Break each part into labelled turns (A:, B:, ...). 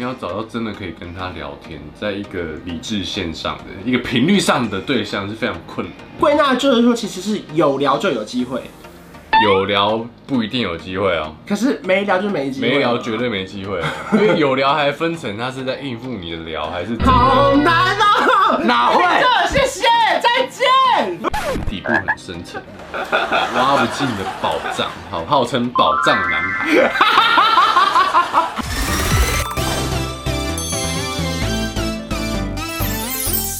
A: 要找到真的可以跟他聊天，在一个理智线上的一个频率上的对象是非常困难。
B: 归纳就是说，其实是有聊就有机会，
A: 有聊不一定有机会哦，
B: 可是没聊就没机会。
A: 没聊绝对没机会，哦因为有聊还分成他是在应付你的聊，还是真
B: 好
A: 的
B: 难哦、
A: 哪会
B: 这谢谢，再见。
A: 底部很深沉，挖不尽的宝藏，好号称宝藏男孩。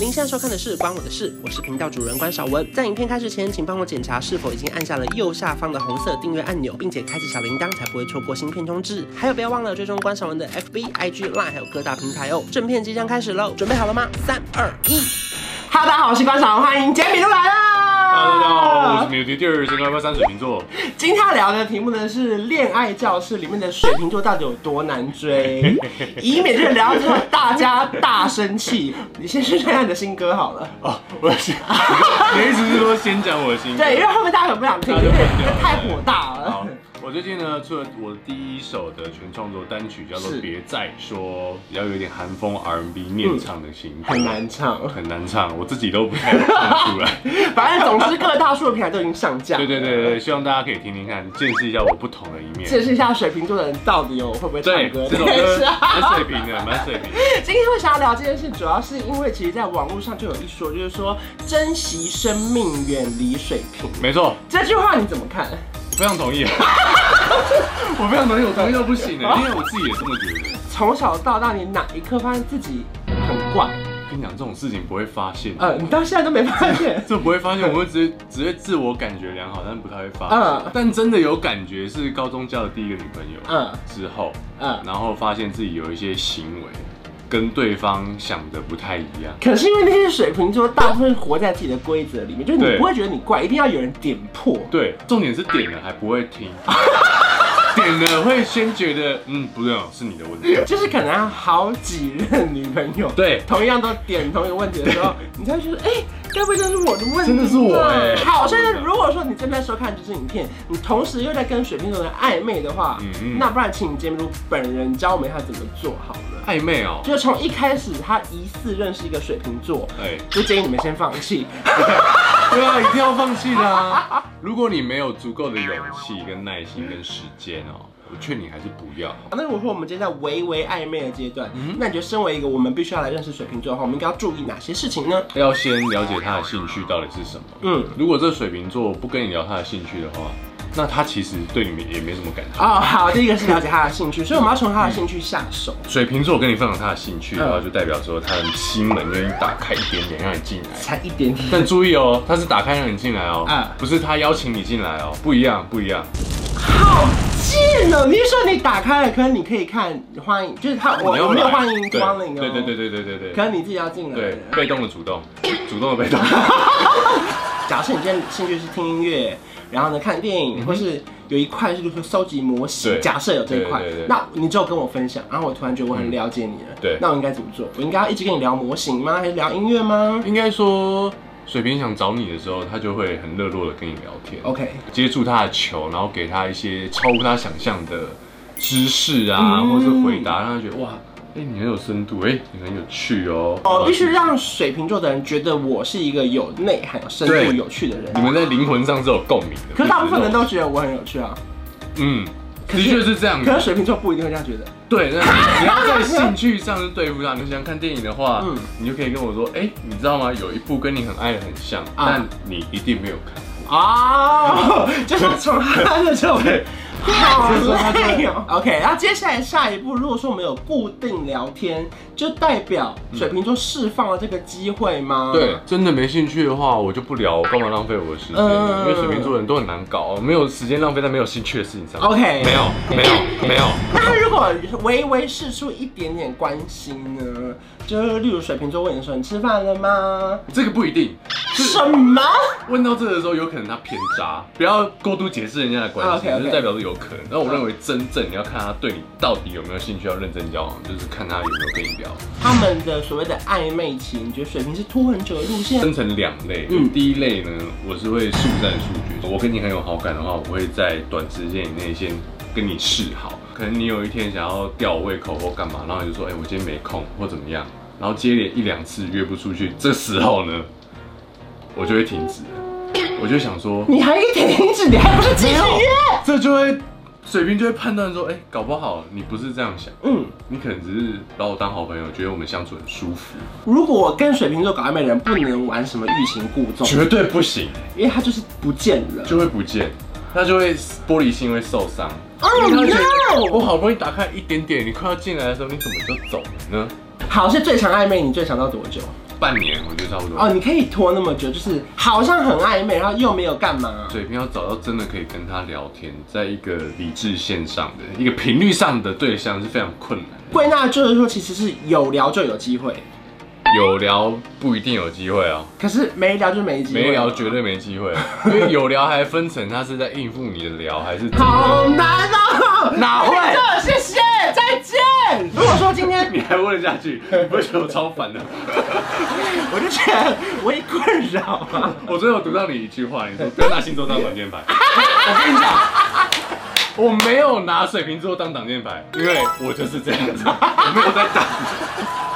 B: 您现在收看的是《关我的事》，我是频道主人关少文。在影片开始前，请帮我检查是否已经按下了右下方的红色订阅按钮，并且开启小铃铛，才不会错过新片通知。还有，不要忘了追踪关少文的 FB、IG、Line，还有各大平台哦。正片即将开始喽，准备好了吗？三、二、一。Hello，大家好，我是关少文，欢迎杰米露来啦！
A: Hello，大家好，我是 Mute 第二身高一八三水瓶座。
B: 今天要聊的题目呢是《恋爱教室》里面的水瓶座到底有多难 追，以免这个聊到之后大家大生气。你先去看看你的新歌好了。
A: 哦，我是，你的意思是说先讲我的心
B: 对，因为后面大家可能不想听，
A: 大家
B: 因
A: 就
B: 为
A: 关掉了
B: 这太火大
A: 好
B: 了。，
A: 我最近呢出了我的第一首的全创作单曲，叫做
B: 是
A: 《别再说》，比较有点韩风 R&B 念唱的型，
B: 嗯很难唱，
A: 很难唱，我自己都不太能唱出来。
B: 反正总之各大数的平台都已经上架。
A: 对对对对，希望大家可以听听看，见识一下我不同的一面。
B: 见识一下水瓶座的人到底有会不会唱
A: 对，
B: 歌
A: 这首
B: 件事
A: 歌
B: 啊
A: 蛮水平的，蛮水平的。
B: 今天会想要聊这件事，主要是因为其实在网络上就有一说，就是说珍惜生命，远离水瓶。
A: 没错，
B: 这句话你怎么看？
A: 非常 同意。我非常同意，我同意到不行的， 因为我自己也这么觉得。
B: 从小到大，你哪一刻发现自己很怪？
A: 跟你讲，这种事情不会发现，。
B: 呃，你到现在都没发现
A: 这不会发现，我会只只会自我感觉良好，但不太会发现。
B: 嗯
A: 但真的有感觉是高中交的第一个女朋友，
B: 嗯
A: 之后，
B: 嗯，
A: 然后发现自己有一些行为跟对方想的不太一样。
B: 可是因为那些水瓶座大部分活在自己的规则里面，就是你
A: 对
B: 不会觉得你怪，一定要有人点破。
A: 对，重点是点了还不会听， 点了会先觉得嗯不对哦，是你的问题。
B: 就是可能好几任女朋友，
A: 对，
B: 同样都点同一个问题的时候，你才会觉得，哎、该不会真的是我的问题吧？啊
A: 真的是我哎
B: 好，所以如果说你正在收看这支影片，你同时又在跟水瓶座的暧昧的话，
A: 嗯嗯
B: 那不然请杰米鲁本人教我们一下怎么做好了。
A: 暧昧哦，
B: 就从一开始他疑似认识一个水瓶座，
A: 哎，
B: 就建议你们先放弃。
A: 对啊，一定要放弃的啊！如果你没有足够的勇气、跟耐心、跟时间哦，我劝你还是不要。
B: 那如果说我们今天在微微暧昧的阶段，
A: 嗯
B: 那你觉得身为一个我们必须要来认识水瓶座的话，我们应该要注意哪些事情呢？
A: 要先了解他的兴趣到底是什么。
B: 嗯
A: 如果这水瓶座不跟你聊他的兴趣的话，那他其实对你们也没什么感觉。
B: 哦，好，第一个是了解他的兴趣，所以我们要从他的兴趣下手。
A: 水瓶座跟你分享他的兴趣的话，
B: 嗯
A: 就代表说他的心门愿意打开一点点，让你进来。
B: 才一点点，
A: 但注意哦，他是打开让你进来哦
B: 嗯，
A: 不是他邀请你进来哦，不一样，不一样。
B: 好贱哦！你是说你打开了，可是你可以看欢迎，就是他我
A: 你要
B: 我没有
A: 来
B: 欢迎光临哦，
A: 对对对，对对对对
B: 可
A: 对，
B: 是你自己要进来。
A: 对被动的主动，主动 的被动。
B: 假设你今天兴趣是听音乐，然后呢看电影，或是有一块是就是收集模型，
A: 嗯对
B: 假设有这一块
A: 对对对，
B: 那你就跟我分享，然后我突然觉得我很了解你了，
A: 对
B: 那我应该怎么做？我应该要一直跟你聊模型吗？还是聊音乐吗
A: 应该说，水瓶想找你的时候，他就会很热络的跟你聊天。
B: ？OK，
A: 接触他的球，然后给他一些超乎他想象的知识啊，
B: 嗯
A: 或是回答，让他觉得哇，哎、你很有深度，哎、你很有趣哦。
B: 我必须让水瓶座的人觉得我是一个有内涵、有深度、
A: 对嗯
B: 有趣的人
A: 你。们在灵魂上是有共鸣的。
B: 可是大部分人
A: 不
B: 都觉得我很有趣啊，
A: 是那种，嗯，
B: 可
A: 的
B: 是
A: 确是这样
B: 可
A: 的。
B: 是水瓶座不一定会这样觉得。
A: 对， 那你要在兴趣上是对付他。你想看电影的话，
B: 嗯
A: 你就可以跟我说，哎、你知道吗？有一部跟你很爱的很像，
B: 啊
A: 但你一定没有看。
B: 哦， 就是从他的就会。好累 哦。OK，然后接下来下一步，如果说我们有固定聊天，就代表水瓶座释放了这个机会吗？
A: 对，，真的没兴趣的话，我就不聊，我干嘛浪费我的时间
B: 嗯
A: 呢？因为水瓶座人都很难搞，没有时间浪费在没有兴趣的事情上。
B: OK
A: 没有，没有，没有。
B: 那他如果微微试出一点点关心呢？就是例如水瓶座问你说你吃饭了吗？
A: 这个不一定。是
B: 什么？
A: 问到这个的时候，有可能他偏渣，不要过度解释人家的关系，
B: OK，OK
A: 就代表是有可能。那我认为真正你要看他对你到底有没有兴趣，要认真交往，就是看他有没有跟你聊。
B: 他们的所谓的暧昧期，你觉得水瓶是拖很久的路线？
A: 分成两类，
B: 嗯
A: 第一类呢，我是会速战速决。我跟你很有好感的话，我会在短时间以内先跟你示好，可能你有一天想要吊我胃口或干嘛，然后你就说，哎、我今天没空或怎么样，然后接连一两次约不出去，这时候呢，我就会停止了，我就想说，
B: 你还一点停止，你还不是继续约？
A: 这就会水平就会判断说，哎、搞不好你不是这样想，
B: 嗯，
A: 你可能只是把我当好朋友，觉得我们相处很舒服，
B: 如果我跟水瓶座搞暧昧的人不能玩什么欲擒故纵，
A: 绝对不行，
B: 因为他就是不见人。
A: 就会不见，他就会玻璃心会受伤。
B: Oh
A: 因为他觉得
B: no！
A: 我好不容易打开一点点，你快要进来的时候，你怎么就走了呢？
B: 好，是最长暧昧，你最长到多久？
A: 半年我觉得差不多。
B: 哦，你可以拖那么久，就是好像很暧昧，然后又没有干嘛。
A: 水瓶要找到真的可以跟他聊天，在一个理智线上的一个频率上的对象是非常困难的。
B: 归纳就是说，其实是有聊就有机会，
A: 有聊不一定有机会哦，
B: 可是没聊就没机会。啊
A: 没聊绝对没机 会，因为有聊还分成他是在应付你的聊，还是真
B: 好
A: 的。
B: 难哦。
A: 哪会
B: 这谢谢，再见。如果说今天
A: 你还问得下去？你不会觉得我超烦的？
B: 我就觉得我也困扰啊。
A: 我最后读到你一句话，你说不要拿星座当挡箭牌。我跟你讲，我没有拿水瓶座当挡箭牌，因为我就是这样子，我没有在挡。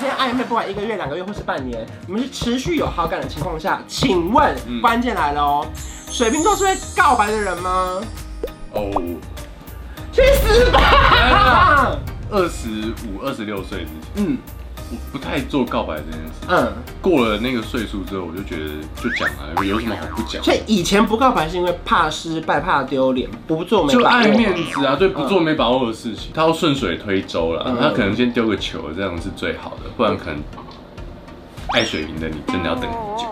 B: 今天暧昧不管一个月、两个月或是半年，你们是持续有好感的情况下，请问、
A: 嗯
B: 关键来了哦，水瓶座是会告白的人吗？
A: 哦，
B: 去死吧！
A: 二十五、二十六岁之前，
B: 嗯
A: 我不太做告白这件事。
B: 嗯，
A: 过了那个岁数之后，我就觉得就讲啊，有什么好不讲？
B: 所以以前不告白是因为怕失败、怕丢脸，不做没
A: 就
B: 把握
A: 爱面子啊，对不做没把握的事情，他要顺水推舟啦
B: 嗯。
A: 他可能先丢个球，这样是最好的，不然可能爱水瓶的你真的要等很久。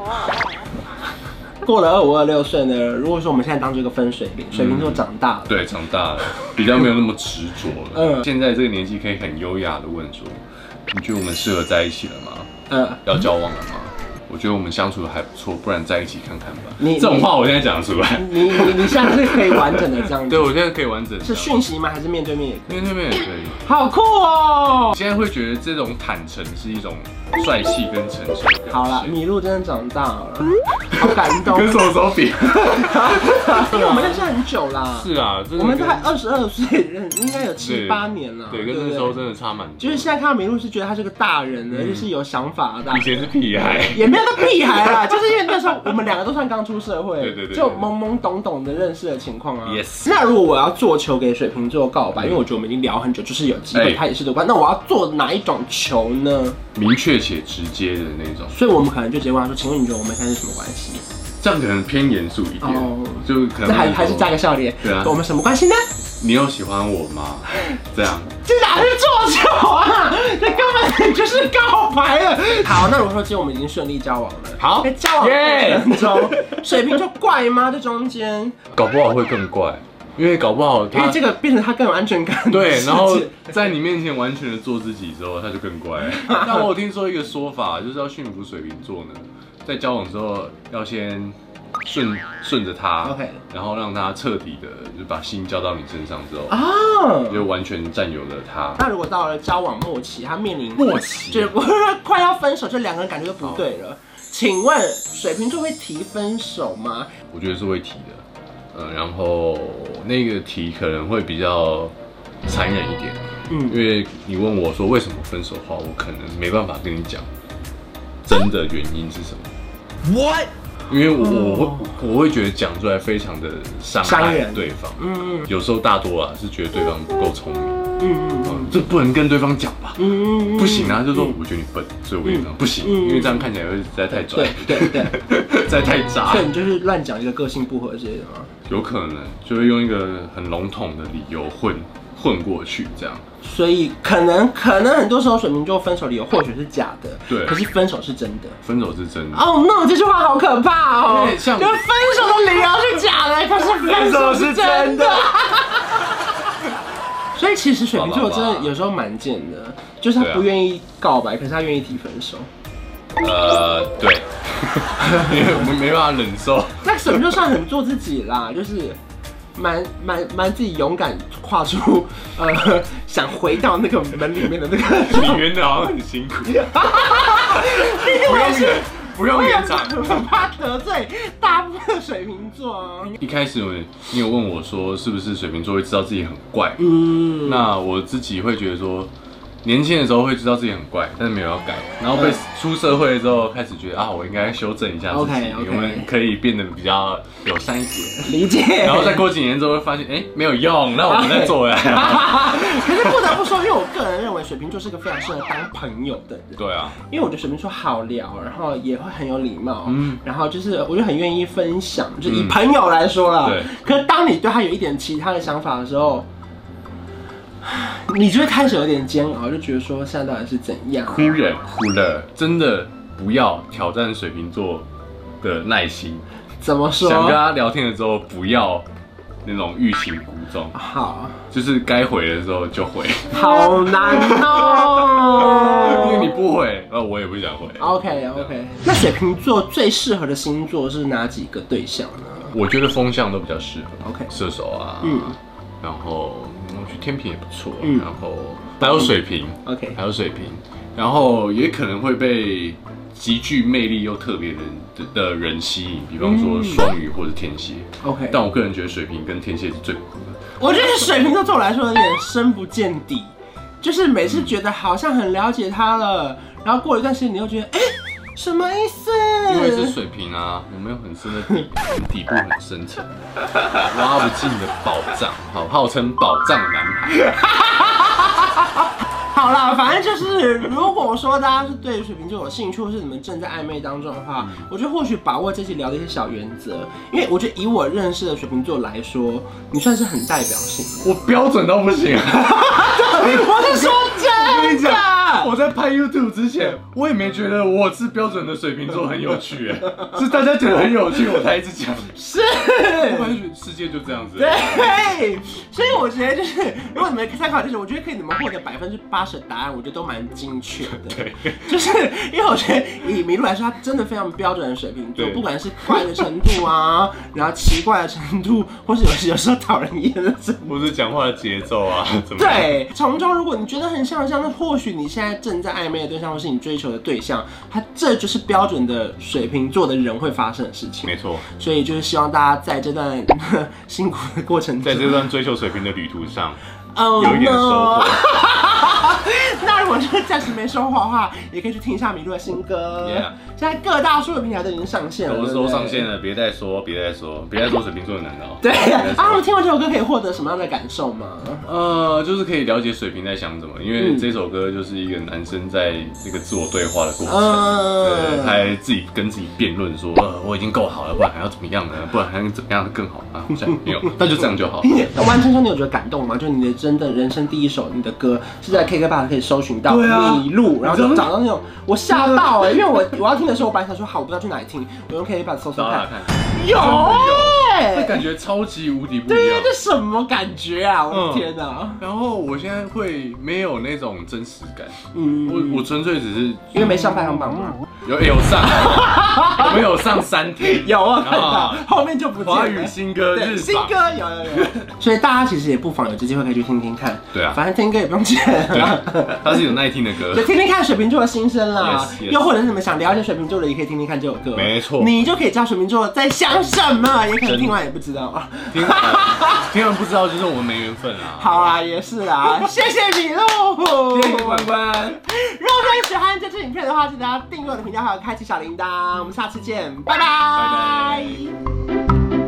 B: 过了二五二六岁呢，如果说我们现在当做一个分水岭，水
A: 嗯
B: 瓶座长大了，
A: 对，长大了，比较没有那么执着了。
B: 嗯
A: 现在这个年纪可以很优雅的问说，你觉得我们适合在一起了吗？
B: 嗯，
A: 要交往了吗？我觉得我们相处的还不错，不然在一起看看吧。
B: 你
A: 这种话我现在讲得出 来，
B: 你你你现在是可以完整的这样
A: 对
B: 子，
A: 我现在可以完整。
B: 是讯息吗？还是面对面也可
A: 面对面也可以。
B: 以？好酷哦！
A: 我现在会觉得这种坦诚是一种帅气跟成熟的表现。
B: 好了，米露真的长大了，好感动。
A: 跟什么时候比？啊
B: 因为我们认识很久啦，
A: 是啊，真的
B: 我们都呃还
A: 跟
B: 二十二岁， 应该有七
A: 对
B: 八年了。
A: 对，跟
B: 不
A: 那时候真的差蛮多。
B: 就是现在看到麋鹿是觉得他是个大人了，就是有想法的大
A: 以
B: 人。
A: 前是屁孩，
B: 也没有个屁孩啦， 就是因为那时候我们两个都算刚出社会，
A: 对对对对
B: 就懵懵懂懂的认识的情况啊。
A: Yes
B: 那如果我要做球给水瓶座告白，
A: 嗯
B: 因为我觉得我们已经聊很久，就是有机会
A: 哎
B: 他也是的关。那我要做哪一种球呢？
A: 明确且直接的那种。
B: 所以我们可能就直接问他说：“请问你觉得我们现在是什么关系
A: 这样可能偏严肃一点
B: 哦，
A: 就？”可
B: 这
A: 能
B: 还还是加个笑脸。
A: 对啊
B: 我们什么关系呢？
A: 你有喜欢我吗？ 这样
B: 这哪是做球啊？这根本就是告白啊了。好，那如果说今天我们已经顺利交往了，
A: 好
B: 在交往的过程中，水瓶座怪吗？这中间，
A: 搞不好会更怪，因为搞不好
B: 因为
A: 他
B: 这个变成他更有安全感 的
A: 对
B: 世，界
A: 然后在你面前完全的做自己之后，他就更 乖。但我有听说一个说法，就是要驯服水瓶座呢，在交往之后要先顺顺着他
B: OK
A: 然后让他彻底的就把心交到你身上之后，
B: 啊。
A: 就完全占有了他。
B: 那如果到了交往末期，他面临
A: 默契
B: 就是 我快要分手，就两个人感觉就不对了。请问水瓶座会提分手吗？
A: 我觉得是会提的，嗯，然后那个提可能会比较残忍一点，
B: 嗯
A: 因为你问我说为什么分手的话，我可能没办法跟你讲真的原因是什么。What？因为
B: 哦
A: 我我会我会觉得讲出来非常的伤
B: 伤
A: 害
B: 人
A: 对方，
B: 嗯
A: 有时候大多啊是觉得对方不够聪明，
B: 嗯嗯
A: 嗯这不能跟对方讲吧？
B: 嗯
A: 不行啊，就说
B: 嗯
A: 我觉得你笨，所以我跟你讲不行，
B: 嗯
A: 因为这样看起来会实在太拽
B: 对，对对，
A: 实在太渣
B: 所。以你就是乱讲一个个性不合之类的吗？
A: 有可能就会用一个很笼统的理由混混过去，这样
B: 所以可能可能很多时候水瓶座分手理由或许是假的，
A: 对
B: 可是分手是真的。
A: 分手是真的。
B: 哦、no！这句话好可怕哦，
A: 对像
B: 就是分手的理由是假的，可是分手是真的。所以其实水瓶座真的有时候蛮贱的，就是他
A: 对啊
B: 不愿意告白，可是他愿意提分手。
A: 呃，对，因为我们没办法忍 受。
B: 那水瓶座算很做自己 啦，就是蛮蛮蛮自己勇敢跨出，呃，想回到那 个门里面的那个
A: 你圆的好像很辛苦，不
B: 毕竟我也是，
A: 不用
B: 为了
A: 延长。
B: 很怕得罪大部分水瓶座啊。
A: 一开始你有问我说，是不是水瓶座会知道自己很怪？
C: 嗯，
A: 那我自己会觉得说，年轻的时候会知道自己很怪，但是没有要改。然后被
B: 嗯
A: 出社会之后，开始觉得啊，我应该修正一下自己
B: OK，OK
A: 我们可以变得比较友善一点。
B: 理解。
A: 然后再过几年之后，会发现哎、没有用，那我们再做 呀。
B: 哎可是不得不说，因为我个人认为水瓶座是个非常适合当朋友的人，
A: 对啊，
B: 因为我觉得水瓶座好聊，然后也会很有礼貌，
A: 嗯
B: 然后就是我就很愿意分享，就以
A: 嗯
B: 朋友来说啦。
A: 对。
B: 可是当你对他有一点其他的想法的时候，你就会开始有点煎熬，就觉得说现在到底是怎样？
A: 忽忍忽了，真的不要挑战水瓶座的耐心。
B: 怎么
A: 想跟
B: 说？
A: 他聊天的时候，不要那种欲擒故纵，
B: 啊好，
A: 就是该回的时候就回，
B: 好难 哦、
A: 因为你不回，那我也不想回。
B: OK OK，那水瓶座最适合的星座是哪几个对象呢
A: 我觉得风向都比较适合。
B: ？OK，
A: 射手啊，
B: 嗯
A: 然后嗯我觉得天平也不错，
B: 嗯
A: 然后还有水瓶，
B: OK，
A: 还有水瓶，然后也可能会被极具魅力又特别的人的人吸引，比方
B: 嗯
A: 说双鱼或者天蝎。
B: OK，
A: 但我个人觉得水瓶跟天蝎是最不合的，
B: 我觉得水瓶座对我来说有点深不见底，就是每次觉得好像很了解他了，然后过了一段时间，你又觉得，哎、什么意思？
A: 因为是水瓶啊，我们有很深的底， 底部很深层，挖不尽的宝藏，好号称宝藏男孩。
B: 好啦，反正就是，如果说大家是对水瓶座有兴趣，或是你们正在暧昧当中的话，
A: 嗯
B: 我觉得或许把握这期聊的一些小原则，因为我觉得以我认识的水瓶座来说，你算是很代表性的。
A: 我标准到不行啊！
B: 我是说
A: 跟
B: 真
A: 你讲，
B: 的，
A: 我在拍 YouTube 之前，我也没觉得我是标准的水瓶座很有趣，哎，是大家觉得很有趣，我才一直讲。
B: 是。
A: 我感觉世界就这样子。
B: 对，所以我觉得就是，如果你们参考这些，我觉得可以你们获得百分之八十的答案，我觉得都蛮精确的。 就是因为我觉得以麋鹿来说，他真的非常标准的水平，就
A: 对
B: 不管是怪的程度啊，然后奇怪的程度，或是有时有时候讨人厌的程度。
A: 或是讲话的节奏啊，怎么样？
B: 对，从中如果你觉得很像很像，那或许你现在正在暧昧的对象，或是你追求的对象，他这就是标准的水瓶座的人会发生的事情。
A: 没错，
B: 所以就是希望大家在这段 辛苦的过程中，
A: 在这段追求水平的旅途上，
B: Oh
A: 有一点收
B: no！
A: 获。
B: 那如果就是暂时没收获的话，也可以去听一下麋鹿的新歌。
A: Yeah
B: 现在各大数的平台都已经上线了，
A: 我
B: 对不
A: 都
B: 对
A: 上线。了，别再说，别再说，别再说水瓶座的难熬。
B: 对
A: 别再
B: 啊，
A: 说
B: 他们听完这首歌可以获得什么样的感受吗？
A: 呃，就是可以了解水瓶在想什么，因
B: 嗯
A: 为这首歌就是一个男生在这个自我对话的过程。对，
B: 嗯，
A: 他还自己跟自己辩论说，呃，我已经够好了，不然还要怎么样呢？不然还能怎么样更好啊？我想 没有，那就这样就好。
B: 那完成说你有觉得感动吗？就你的真的人生第一首你的歌是在 KK Bar 可以搜寻到
A: 啊对啊
B: 麋鹿，然后就
A: 你知道
B: 找到那种我吓到哎、因为我我要听的时候，我本来想说好，我不知道去哪里听，我用 KK Bar 搜搜
A: 找
B: 看
A: 看，看，
B: 有哎、
A: 这感觉超级无敌不一
B: 对啊
A: 样，。
B: 这什么感觉啊？我的
A: 嗯
B: 天哪、啊！
A: 然后我现在会没有那种真实感，
B: 嗯，
A: 我我纯粹只是
B: 因为没上排行榜嘛。
A: 有哎有上， 我们有上三天，
B: 有啊，看到
A: 啊
B: 后面就不见了
A: 华语新歌日
B: 对
A: 榜
B: 新歌有有有，所以大家其实也不妨有这机会可以去听听看。
A: 对啊
B: 反正听歌也不用钱。
A: 对，它是有耐听的歌
B: 就，听听看水瓶座的心声啦
A: Yes, yes
B: 又或者是你们想了解水瓶座的，也可以听听看这首歌。
A: 没错
B: 你就可以知道水瓶座在想什么，也可能
A: 真的
B: 听完也不知道。
A: 听完听完不知道就是我们没缘分啊。
B: 好啊，也是啊，谢谢你 喽。
A: 谢谢关关，
B: 如果说你喜欢这支影片的话，记得要订阅我的频道，还有开启小铃铛。我们下次见，拜
A: 拜
B: 拜
A: 拜。